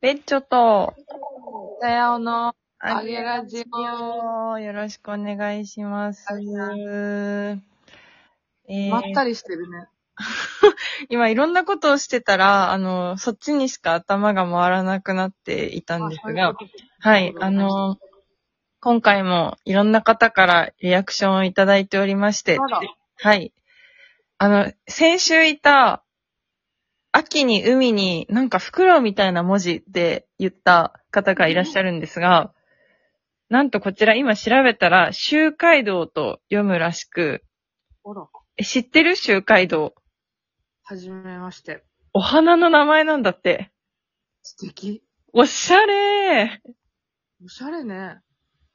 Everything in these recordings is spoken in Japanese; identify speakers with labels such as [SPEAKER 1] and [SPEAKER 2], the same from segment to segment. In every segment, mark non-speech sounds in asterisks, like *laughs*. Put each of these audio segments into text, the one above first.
[SPEAKER 1] ベッチョと、
[SPEAKER 2] さようの、
[SPEAKER 1] あ
[SPEAKER 2] あ
[SPEAKER 1] げ
[SPEAKER 2] げ
[SPEAKER 1] ラ
[SPEAKER 2] ラジオ。
[SPEAKER 1] ジオ、よろしくお願いします。えー
[SPEAKER 2] まったりしてるね。
[SPEAKER 1] 今いろんなことをしてたら、あの、そっちにしか頭が回らなくなっていたんです
[SPEAKER 2] あ
[SPEAKER 1] が、はい、あの、今回もいろんな方からリアクションをいただいておりまして、
[SPEAKER 2] そういうことあら、
[SPEAKER 1] はい。あの、先週いた、秋に海になんか袋みたいな文字で言った方がいらっしゃるんですが、なんとこちら今調べたら、周海道と読むらしく、
[SPEAKER 2] あら、
[SPEAKER 1] え知ってる周海道。
[SPEAKER 2] はじめまして。
[SPEAKER 1] お花の名前なんだって。
[SPEAKER 2] 素敵。
[SPEAKER 1] おしゃれー
[SPEAKER 2] おしゃれね。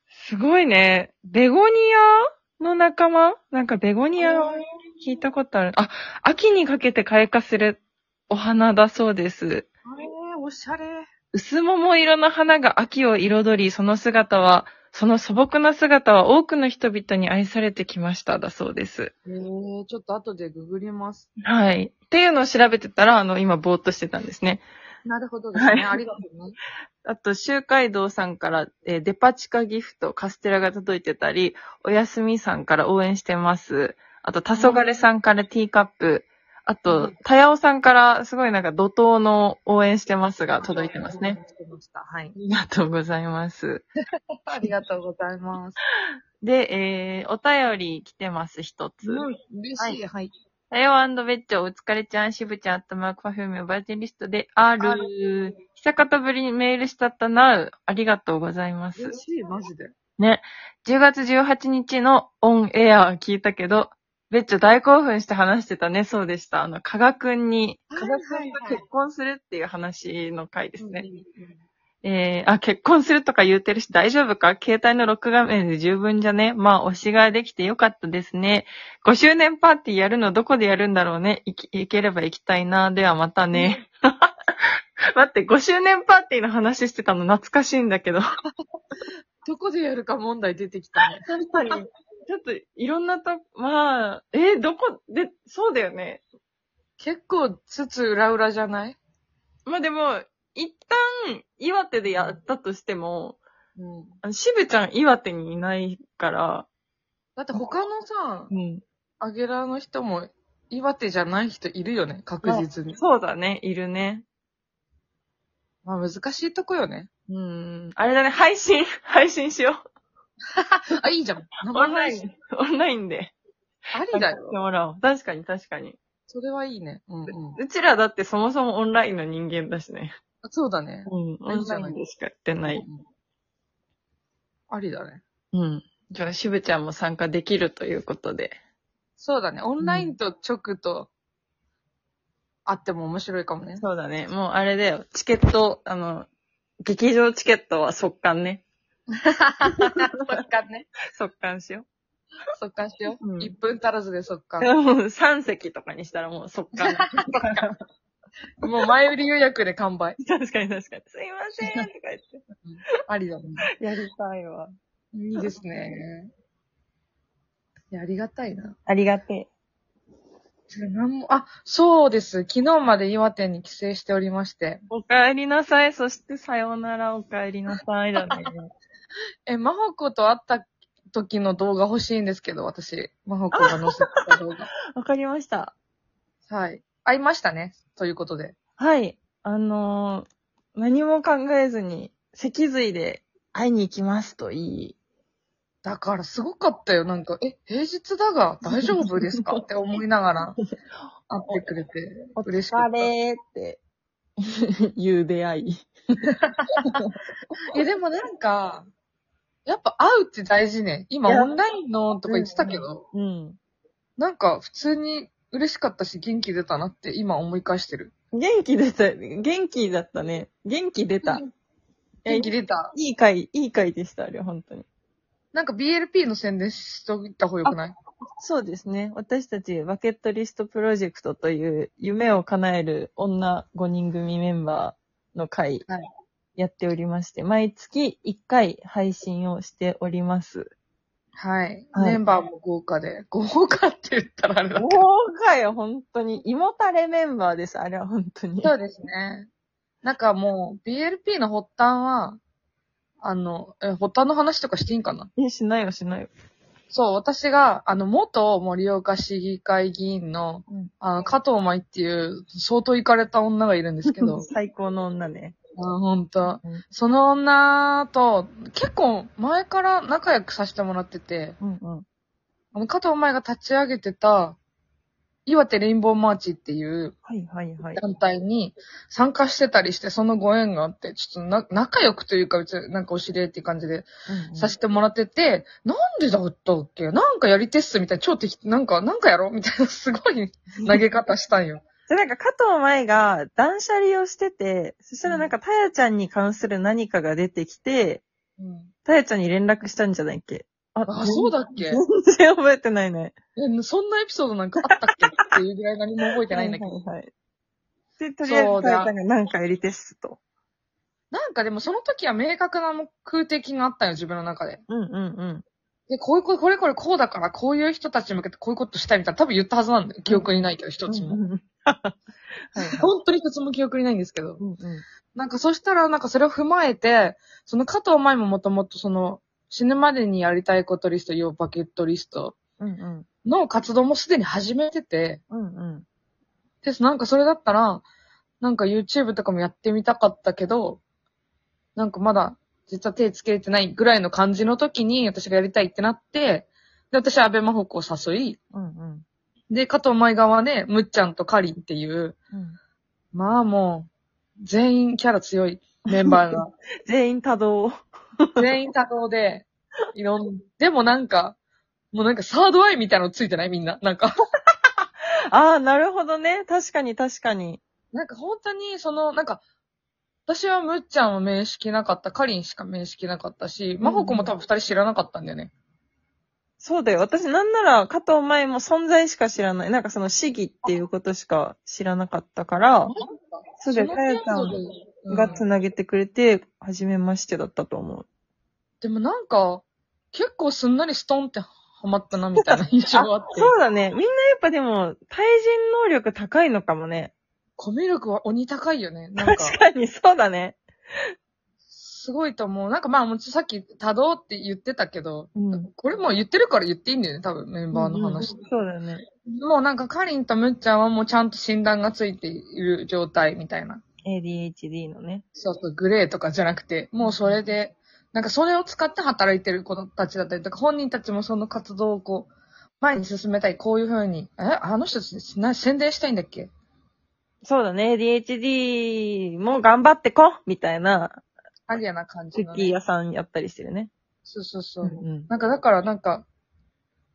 [SPEAKER 1] すごいね。ベゴニアの仲間なんかベゴニアを聞いたことある。あ、秋にかけて開花するお花だそうです。
[SPEAKER 2] あれー、おしゃれ。
[SPEAKER 1] 薄桃色の花が秋を彩り、その姿は、その素朴な姿は多くの人々に愛されてきました、だそうです。
[SPEAKER 2] えー、ちょっと後でググります。
[SPEAKER 1] はい。っていうのを調べてたら、あの、今、ぼーっとしてたんですね。
[SPEAKER 2] なるほどですね。
[SPEAKER 1] はい
[SPEAKER 2] ありがとうね。
[SPEAKER 1] あと、周海道さんから、えーデパ地下ギフト、カステラが届いてたり、おやすみさんから応援してます。あと、黄昏さんからティーカップ。あ
[SPEAKER 2] う
[SPEAKER 1] と
[SPEAKER 2] ん、
[SPEAKER 1] たやおさんから、すごいなんか怒涛の応援してますが、届いてますね。。
[SPEAKER 2] はい
[SPEAKER 1] あ。りがとうございます。
[SPEAKER 2] ありがとうございます。
[SPEAKER 1] で、えー、お便り来てます、一つ。
[SPEAKER 2] うん、嬉しい。はい。
[SPEAKER 1] タヨアンドベッチョ、お疲れちゃん、しぶちゃん、アットマークパフューム、バージンリストで、あ
[SPEAKER 2] あ
[SPEAKER 1] る。久方ぶりにメールしたったなう。ありがとうございます
[SPEAKER 2] 嬉。しい、マジで。
[SPEAKER 1] 10月18日のオンエアは聞いたけど、ベッチョ大興奮して話してたね、そうでした。あの、加賀くんに、
[SPEAKER 2] はい
[SPEAKER 1] 加
[SPEAKER 2] はいは
[SPEAKER 1] 賀
[SPEAKER 2] い
[SPEAKER 1] くんが結婚するっていう話の回ですね。
[SPEAKER 2] うんうん
[SPEAKER 1] えー、あ、結婚するとか言うてるし大丈夫か携帯のロック画面で十分じゃねまあ、推しができてよかったですね。5周年パーティーやるのどこでやるんだろうね。いき行ければ行きたいな。ではまたね。 *laughs* 待って、5周年パーティーの話してたの懐かしいんだけど。 *laughs*
[SPEAKER 2] どこでやるか問題出てきたね。
[SPEAKER 1] 確かに。ちょっと、いろんなと、まあ、えーどこで、そうだよね。
[SPEAKER 2] *laughs* 結構、つつ裏裏じゃない
[SPEAKER 1] まあでも、一旦、岩手でやったとしても、
[SPEAKER 2] うん。
[SPEAKER 1] あのしぶちゃん岩手にいないから、
[SPEAKER 2] だって他のさ、
[SPEAKER 1] うん。
[SPEAKER 2] アゲラの人も、岩手じゃない人いるよね、確実に。
[SPEAKER 1] そうだね、いるね。
[SPEAKER 2] まあ難しいとこよ *laughs* ね。
[SPEAKER 1] うん。あれだね、配信、 *laughs* 配信しよう。
[SPEAKER 2] あ、いいじゃん。
[SPEAKER 1] オ
[SPEAKER 2] 生
[SPEAKER 1] ンラ
[SPEAKER 2] *laughs* 配
[SPEAKER 1] イン
[SPEAKER 2] 信。、
[SPEAKER 1] オンラインで。
[SPEAKER 2] ありだ
[SPEAKER 1] や
[SPEAKER 2] *laughs*
[SPEAKER 1] っ
[SPEAKER 2] よ。
[SPEAKER 1] てもらおう。確かに確かに。
[SPEAKER 2] それはいいね。うんうん。
[SPEAKER 1] うちらだってそもそもオンラインの人間だしね。
[SPEAKER 2] そうだね。
[SPEAKER 1] うん。オンラインでしかやってな
[SPEAKER 2] う
[SPEAKER 1] い。
[SPEAKER 2] んありだね。
[SPEAKER 1] うん。じゃあ、しぶちゃんも参加できるということで。
[SPEAKER 2] そうだね。オンラインと直と、あっても面白いか *laughs* もね。
[SPEAKER 1] そうだね。もうあれだよ。チケット、あの、劇場チケットは速乾ね。
[SPEAKER 2] 速乾ね。
[SPEAKER 1] 速乾 *laughs* しよ
[SPEAKER 2] 速乾しよ
[SPEAKER 1] う
[SPEAKER 2] う。
[SPEAKER 1] ん
[SPEAKER 2] 1分足らずで速 *laughs*
[SPEAKER 1] う。
[SPEAKER 2] 乾。
[SPEAKER 1] 3席とかにしたらもう速 *laughs* 乾。
[SPEAKER 2] もう前売り予約で完売。
[SPEAKER 1] 確かに確かに。すいませんとか言って。
[SPEAKER 2] ありだね。
[SPEAKER 1] やりたいわ。
[SPEAKER 2] いいですね。いや、ありがたいな。
[SPEAKER 1] ありがてえ。
[SPEAKER 2] なんも、あ、そうです。昨日まで岩手に帰省しておりまして。
[SPEAKER 1] お帰りなさい。そして、さようなら、お帰りなさい。だね。
[SPEAKER 2] え、まほこと会った時の動画欲しいんですけど、私。まほこが載せてた動画。
[SPEAKER 1] *laughs* わかりました。
[SPEAKER 2] はい。会いましたね。ということで。
[SPEAKER 1] はい。あのー何も考えずに、脊髄で会いに行きますと言い
[SPEAKER 2] だからすごかったよ。なんか、え、平日だが大丈夫ですかって思いながら会ってくれて
[SPEAKER 1] お、
[SPEAKER 2] 嬉しかった。
[SPEAKER 1] れーって、言う出会い。
[SPEAKER 2] え、でもなんか、やっぱ会うって大事ね。
[SPEAKER 1] い
[SPEAKER 2] 今
[SPEAKER 1] や
[SPEAKER 2] オンラインのとか言ってたけど、
[SPEAKER 1] うん。
[SPEAKER 2] なんか普通に嬉しかったし元気出たなって今思い返してる。
[SPEAKER 1] 元気出た、元気だったね。元気出た。いや
[SPEAKER 2] 元気出た。
[SPEAKER 1] いい回、いい回でした、あれ、本当に。
[SPEAKER 2] なんか BLP の宣伝しといた方がよくない
[SPEAKER 1] そうですね。私たち、バケットリストプロジェクトという、夢を叶える女5人組メンバーの会
[SPEAKER 2] はい、
[SPEAKER 1] やっておりまして、毎月1回配信をしております。
[SPEAKER 2] はい。
[SPEAKER 1] はい
[SPEAKER 2] メンバーも豪華で。豪華って言ったらあれだ
[SPEAKER 1] 豪
[SPEAKER 2] けど。
[SPEAKER 1] 華よ、本当に。胃もたれメンバーです、あれは本当に。
[SPEAKER 2] そうですね。なんかもう、BLP の発端は、あの、え、発端の話とかしていいんかな
[SPEAKER 1] え、しないよ、しないよ。
[SPEAKER 2] そう、私が、あの、元盛岡市議会議員の、
[SPEAKER 1] うん
[SPEAKER 2] あの、加藤舞っていう、相当イカれた女がいるんですけ *laughs* ど、
[SPEAKER 1] 最高の女ね。
[SPEAKER 2] あほんと。
[SPEAKER 1] うん
[SPEAKER 2] その女と、結構前から仲良くさせてもらってて、
[SPEAKER 1] うんうん。
[SPEAKER 2] あの、加藤舞が立ち上げてた、岩手レインボーマーチっていう
[SPEAKER 1] はいはいはい。
[SPEAKER 2] 団体に参加してたりして、そのご縁があって、ちょっとな、仲良くというか、別になんかお知り合いっていう感じでさせてもらってて、なんでだったっけなんかやりてっすみたいな、超適当、なんか、なんかやろうみたいな、す
[SPEAKER 1] *laughs*
[SPEAKER 2] ごい投げ方したんよ。
[SPEAKER 1] で、なんか加藤舞が断捨離をしてて、そしたらなんかたやちゃんに関する何かが出てきて、たやちゃんに連絡したんじゃないっけあ
[SPEAKER 2] あ、そうだっけ
[SPEAKER 1] 全然覚えてないね。
[SPEAKER 2] えそんなエピソードなんかあったっけっていうぐらい何も覚えてないんだけど。
[SPEAKER 1] はいはいはい。で、とりあえず
[SPEAKER 2] そうだ
[SPEAKER 1] たやちゃんがなんかやりテスト。
[SPEAKER 2] なんかでもその時は明確な目的があったよ、自分の中で。
[SPEAKER 1] うんうん
[SPEAKER 2] で、こういうこ、これこれこうだから、こういう人たちに向けてこういうことしたいみたいな、多分言ったはずなんだよ。記憶にないけど、
[SPEAKER 1] う
[SPEAKER 2] 一
[SPEAKER 1] ん。
[SPEAKER 2] つも。
[SPEAKER 1] うんうんはいはい。
[SPEAKER 2] 本当に一つも記憶にないんですけど。
[SPEAKER 1] うんうん
[SPEAKER 2] なんかそしたら、なんかそれを踏まえて、その加藤舞ももともとその、死ぬまでにやりたいことリスト、要バケットリスト
[SPEAKER 1] うんうん。
[SPEAKER 2] の活動もすでに始めてて、
[SPEAKER 1] うんうん。
[SPEAKER 2] で、なんかそれだったら、なんか YouTube とかもやってみたかったけど、なんかまだ、実は手つけれてないぐらいの感じの時に、私がやりたいってなって、で、私は安倍真帆子を誘い、
[SPEAKER 1] うんうん。
[SPEAKER 2] で、加藤舞側で、むっちゃんとかりんっていう、
[SPEAKER 1] うん
[SPEAKER 2] まあもう、全員キャラ強いメンバ
[SPEAKER 1] *laughs*
[SPEAKER 2] ーが、
[SPEAKER 1] 全員多動。
[SPEAKER 2] 全員多動で、いろん、でもなんか、もうなんかサードアイみたいなのついてないみんな。なんか、
[SPEAKER 1] ああ、なるほどね。確かに確かに。
[SPEAKER 2] なんか本当に、その、なんか、私はむっちゃんは面識なかった、かりんしか面識なかったし、まほこも多分二人知らなかったんだよね。
[SPEAKER 1] そうだよ。私なんなら加藤舞も存在しか知らない。なんかその市議っていうことしか知らなかったから、そうだよ。
[SPEAKER 2] そ
[SPEAKER 1] か
[SPEAKER 2] の
[SPEAKER 1] やちゃ
[SPEAKER 2] 程度
[SPEAKER 1] ん
[SPEAKER 2] で
[SPEAKER 1] が
[SPEAKER 2] うん
[SPEAKER 1] 繋げてくれて、初めましてだったと思う。
[SPEAKER 2] でもなんか、結構すんなりストンってはまったな、みたいな印象があって。
[SPEAKER 1] そうだね。みんなやっぱでも、対人能力高いのかもね。
[SPEAKER 2] コミュ力は鬼高いよね。なんか
[SPEAKER 1] 確、かにそうだね。
[SPEAKER 2] すごいと思う。なんかまあ、もちろんさっき多動って言ってたけど、
[SPEAKER 1] うん
[SPEAKER 2] これもう言ってるから言っていいんだよね、多分メンバーの話。
[SPEAKER 1] そうだね。
[SPEAKER 2] もうなんか、かりんとむっちゃんはもうちゃんと診断がついている状態みたいな。
[SPEAKER 1] ADHD のね。
[SPEAKER 2] そうそう、グレーとかじゃなくて、もうそれで、なんかそれを使って働いてる子たちだったりとか、本人たちもその活動をこう、前に進めたい、こういうふうに、え、あの人たちな宣伝したいんだっけ
[SPEAKER 1] そうだね。ADHD も頑張ってこみたいな、
[SPEAKER 2] アリアな感
[SPEAKER 1] ク
[SPEAKER 2] じの
[SPEAKER 1] ッキー
[SPEAKER 2] ね、
[SPEAKER 1] 屋さんやったりしてるね。
[SPEAKER 2] そうそうそうう。
[SPEAKER 1] ん
[SPEAKER 2] なんかだからなんか、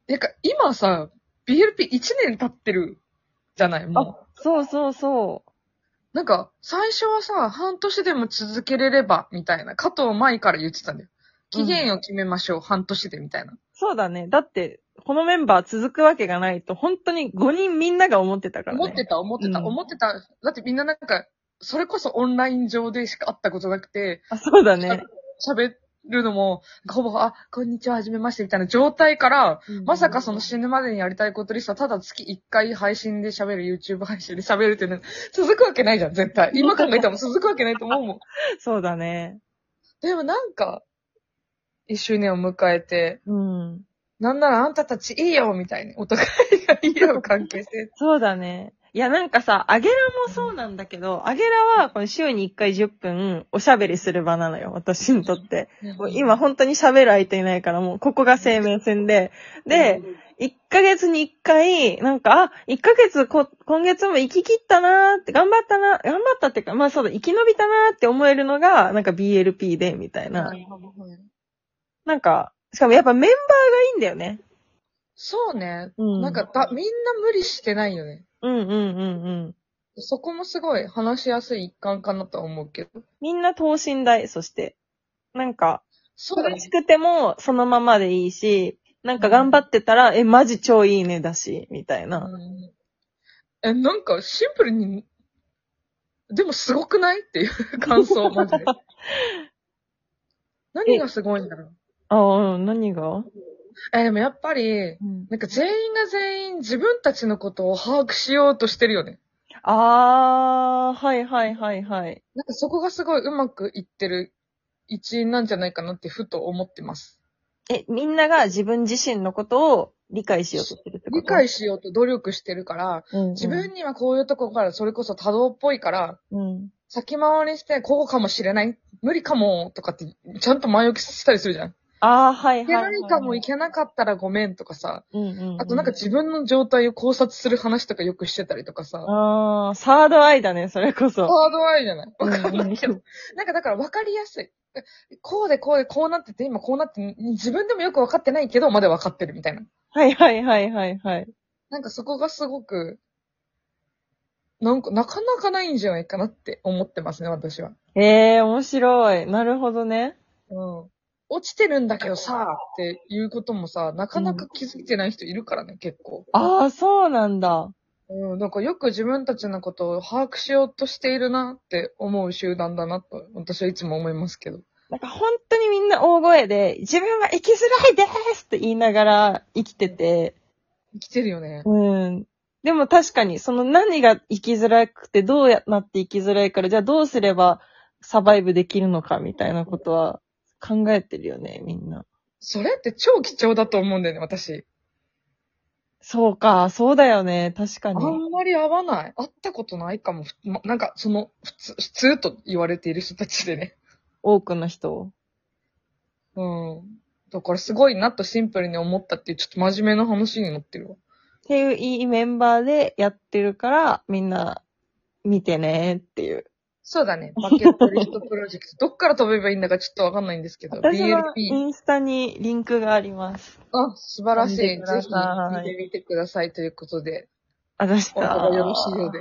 [SPEAKER 2] てか今さ、BLP1 年経ってるじゃない、もう。
[SPEAKER 1] そうそうそ
[SPEAKER 2] なんか、最初はさ、半年でも続けれれば、みたいな、加藤舞から言ってたんだよ。期限を決めましょう、半年で、みたいな。
[SPEAKER 1] う。そうだね。だって、このメンバー続くわけがないと、本当に5人みんなが思ってたからね。
[SPEAKER 2] 思ってた、思ってた、
[SPEAKER 1] うん
[SPEAKER 2] 思ってた。だってみんななんか、それこそオンライン上でしか会ったことなくて、
[SPEAKER 1] あ、そうだね。
[SPEAKER 2] 喋るのも、ほぼ、あ、こんにちは、はじめまして、みたいな状態から、 *laughs* まさかその死ぬまでにやりたいことリストは、ただ月1回配信で喋る、YouTube 配信で喋るっていうの、続くわけないじゃん、絶 *laughs* 対。今考えても続くわけないと思うもん。
[SPEAKER 1] そうだね。
[SPEAKER 2] でもなんか、一周年を迎えて、
[SPEAKER 1] うん。
[SPEAKER 2] なんならあんたたちいいよみたいに、お互いがいいよ関係性。
[SPEAKER 1] そうだね。いや、なんかさ、アゲラもそうなんだけど、アゲラは、この週に1回10分、おしゃべりする場なのよ、私にとって。もう *laughs* 今、本当に喋る相手いないから、もうここが生命線で。で、、1ヶ月に1回、なんか、あ、1ヶ月こ、今月も生き切ったなーって、頑張ったな、頑張ったっていうか、まあそうだ、生き延びたなーって思えるのが、なんか BLP で、みたいな。なんか、しかもやっぱメンバーがいいんだよね。
[SPEAKER 2] そうね。
[SPEAKER 1] うん
[SPEAKER 2] なんかだ、みんな無理してないよね。
[SPEAKER 1] うんうんうんうん。
[SPEAKER 2] そこもすごい話しやすい一環かなとは思うけど。
[SPEAKER 1] みんな等身大、そして。なんか、
[SPEAKER 2] そうだ
[SPEAKER 1] 苦
[SPEAKER 2] ね
[SPEAKER 1] し。くてもそのままでいいし、なんか頑張ってたら、え、マジ超いいねだし、みたいな。
[SPEAKER 2] うんえ、なんか、シンプルに、でもすごくないっていう
[SPEAKER 1] *laughs*
[SPEAKER 2] 感想、マジで。何がすごいんだろう。
[SPEAKER 1] ああ、何が
[SPEAKER 2] え、でもやっぱり、
[SPEAKER 1] うん
[SPEAKER 2] なんか全員が全員自分たちのことを把握しようとしてるよね。
[SPEAKER 1] あー、はいはいはいはい。
[SPEAKER 2] なんかそこがすごいうまくいってる一因なんじゃないかなってふと思ってます。
[SPEAKER 1] え、みんなが自分自身のことを理解しようとしてるってこと
[SPEAKER 2] 理解しようと努力してるから、
[SPEAKER 1] うんうん
[SPEAKER 2] 自分にはこういうとこからそれこそ多動っぽいから、
[SPEAKER 1] うん。
[SPEAKER 2] 先回りしてこうかもしれない無理かもとかってちゃんと前置きしたりするじゃん。
[SPEAKER 1] あー、はい
[SPEAKER 2] い
[SPEAKER 1] は
[SPEAKER 2] け
[SPEAKER 1] いはい、
[SPEAKER 2] ないかもいけなかったらごめんとかさ、
[SPEAKER 1] うんうんうん
[SPEAKER 2] あとなんか自分の状態を考察する話とかよくしてたりとかさ、
[SPEAKER 1] あー、サードアイだね、それこ
[SPEAKER 2] ハ
[SPEAKER 1] そ。
[SPEAKER 2] ードアイじゃないわかんないけ
[SPEAKER 1] う
[SPEAKER 2] ど。なんかだからわかりやすい。こうでこうでこうなってて、今こうなって、自分でもよくわかってないけど、まだわかってるみたいな。
[SPEAKER 1] はいはいはいはいはい。
[SPEAKER 2] なんかそこがすごく、なんか、なかなかないんじゃないかなって思ってますね、私は。
[SPEAKER 1] えー、面白い。なるほどね。
[SPEAKER 2] うん。落ちてるんだけどさ、っていうこともさ、なかなか気づいてない人いるからね、結構。
[SPEAKER 1] あー、そうなんだ。
[SPEAKER 2] うん、なんかよく自分たちのことを把握しようとしているなって思う集団だなと、私はいつも思いますけど。
[SPEAKER 1] なんか本当にみんな大声で、自分は生きづらいですって言いながら生きてて、
[SPEAKER 2] 生きてるよね。
[SPEAKER 1] うん。でも確かに、その何が生きづらくて、どうやなって生きづらいから、じゃあどうすればサバイブできるのかみたいなことは考えてるよね、みんな。
[SPEAKER 2] それって超貴重だと思うんだよね、私。
[SPEAKER 1] そうか、そうだよね、確か
[SPEAKER 2] あ
[SPEAKER 1] に。
[SPEAKER 2] んまり会わない。会ったことないかも。ふまなんか、その、普通、普通と言われている人たちでね。
[SPEAKER 1] 多くの人。
[SPEAKER 2] うん。だからすごいなとシンプルに思ったっていう、ちょっと真面目な話になってるわ。
[SPEAKER 1] っていういいメンバーでやってるから、みんな見てねっていう。
[SPEAKER 2] そうだね。バケットリストプロジェ
[SPEAKER 1] *laughs*
[SPEAKER 2] クト。どっから飛べばいいんだかちょっとわかんないんですけど。
[SPEAKER 1] 私は
[SPEAKER 2] BLP。
[SPEAKER 1] インスタにリンクがあります。
[SPEAKER 2] あ、素晴らしい。ぜ
[SPEAKER 1] 見てくだ
[SPEAKER 2] ひ
[SPEAKER 1] さい
[SPEAKER 2] 見てみてくださいということで。
[SPEAKER 1] あ、出し
[SPEAKER 2] お
[SPEAKER 1] た。
[SPEAKER 2] 互いよろしいようで。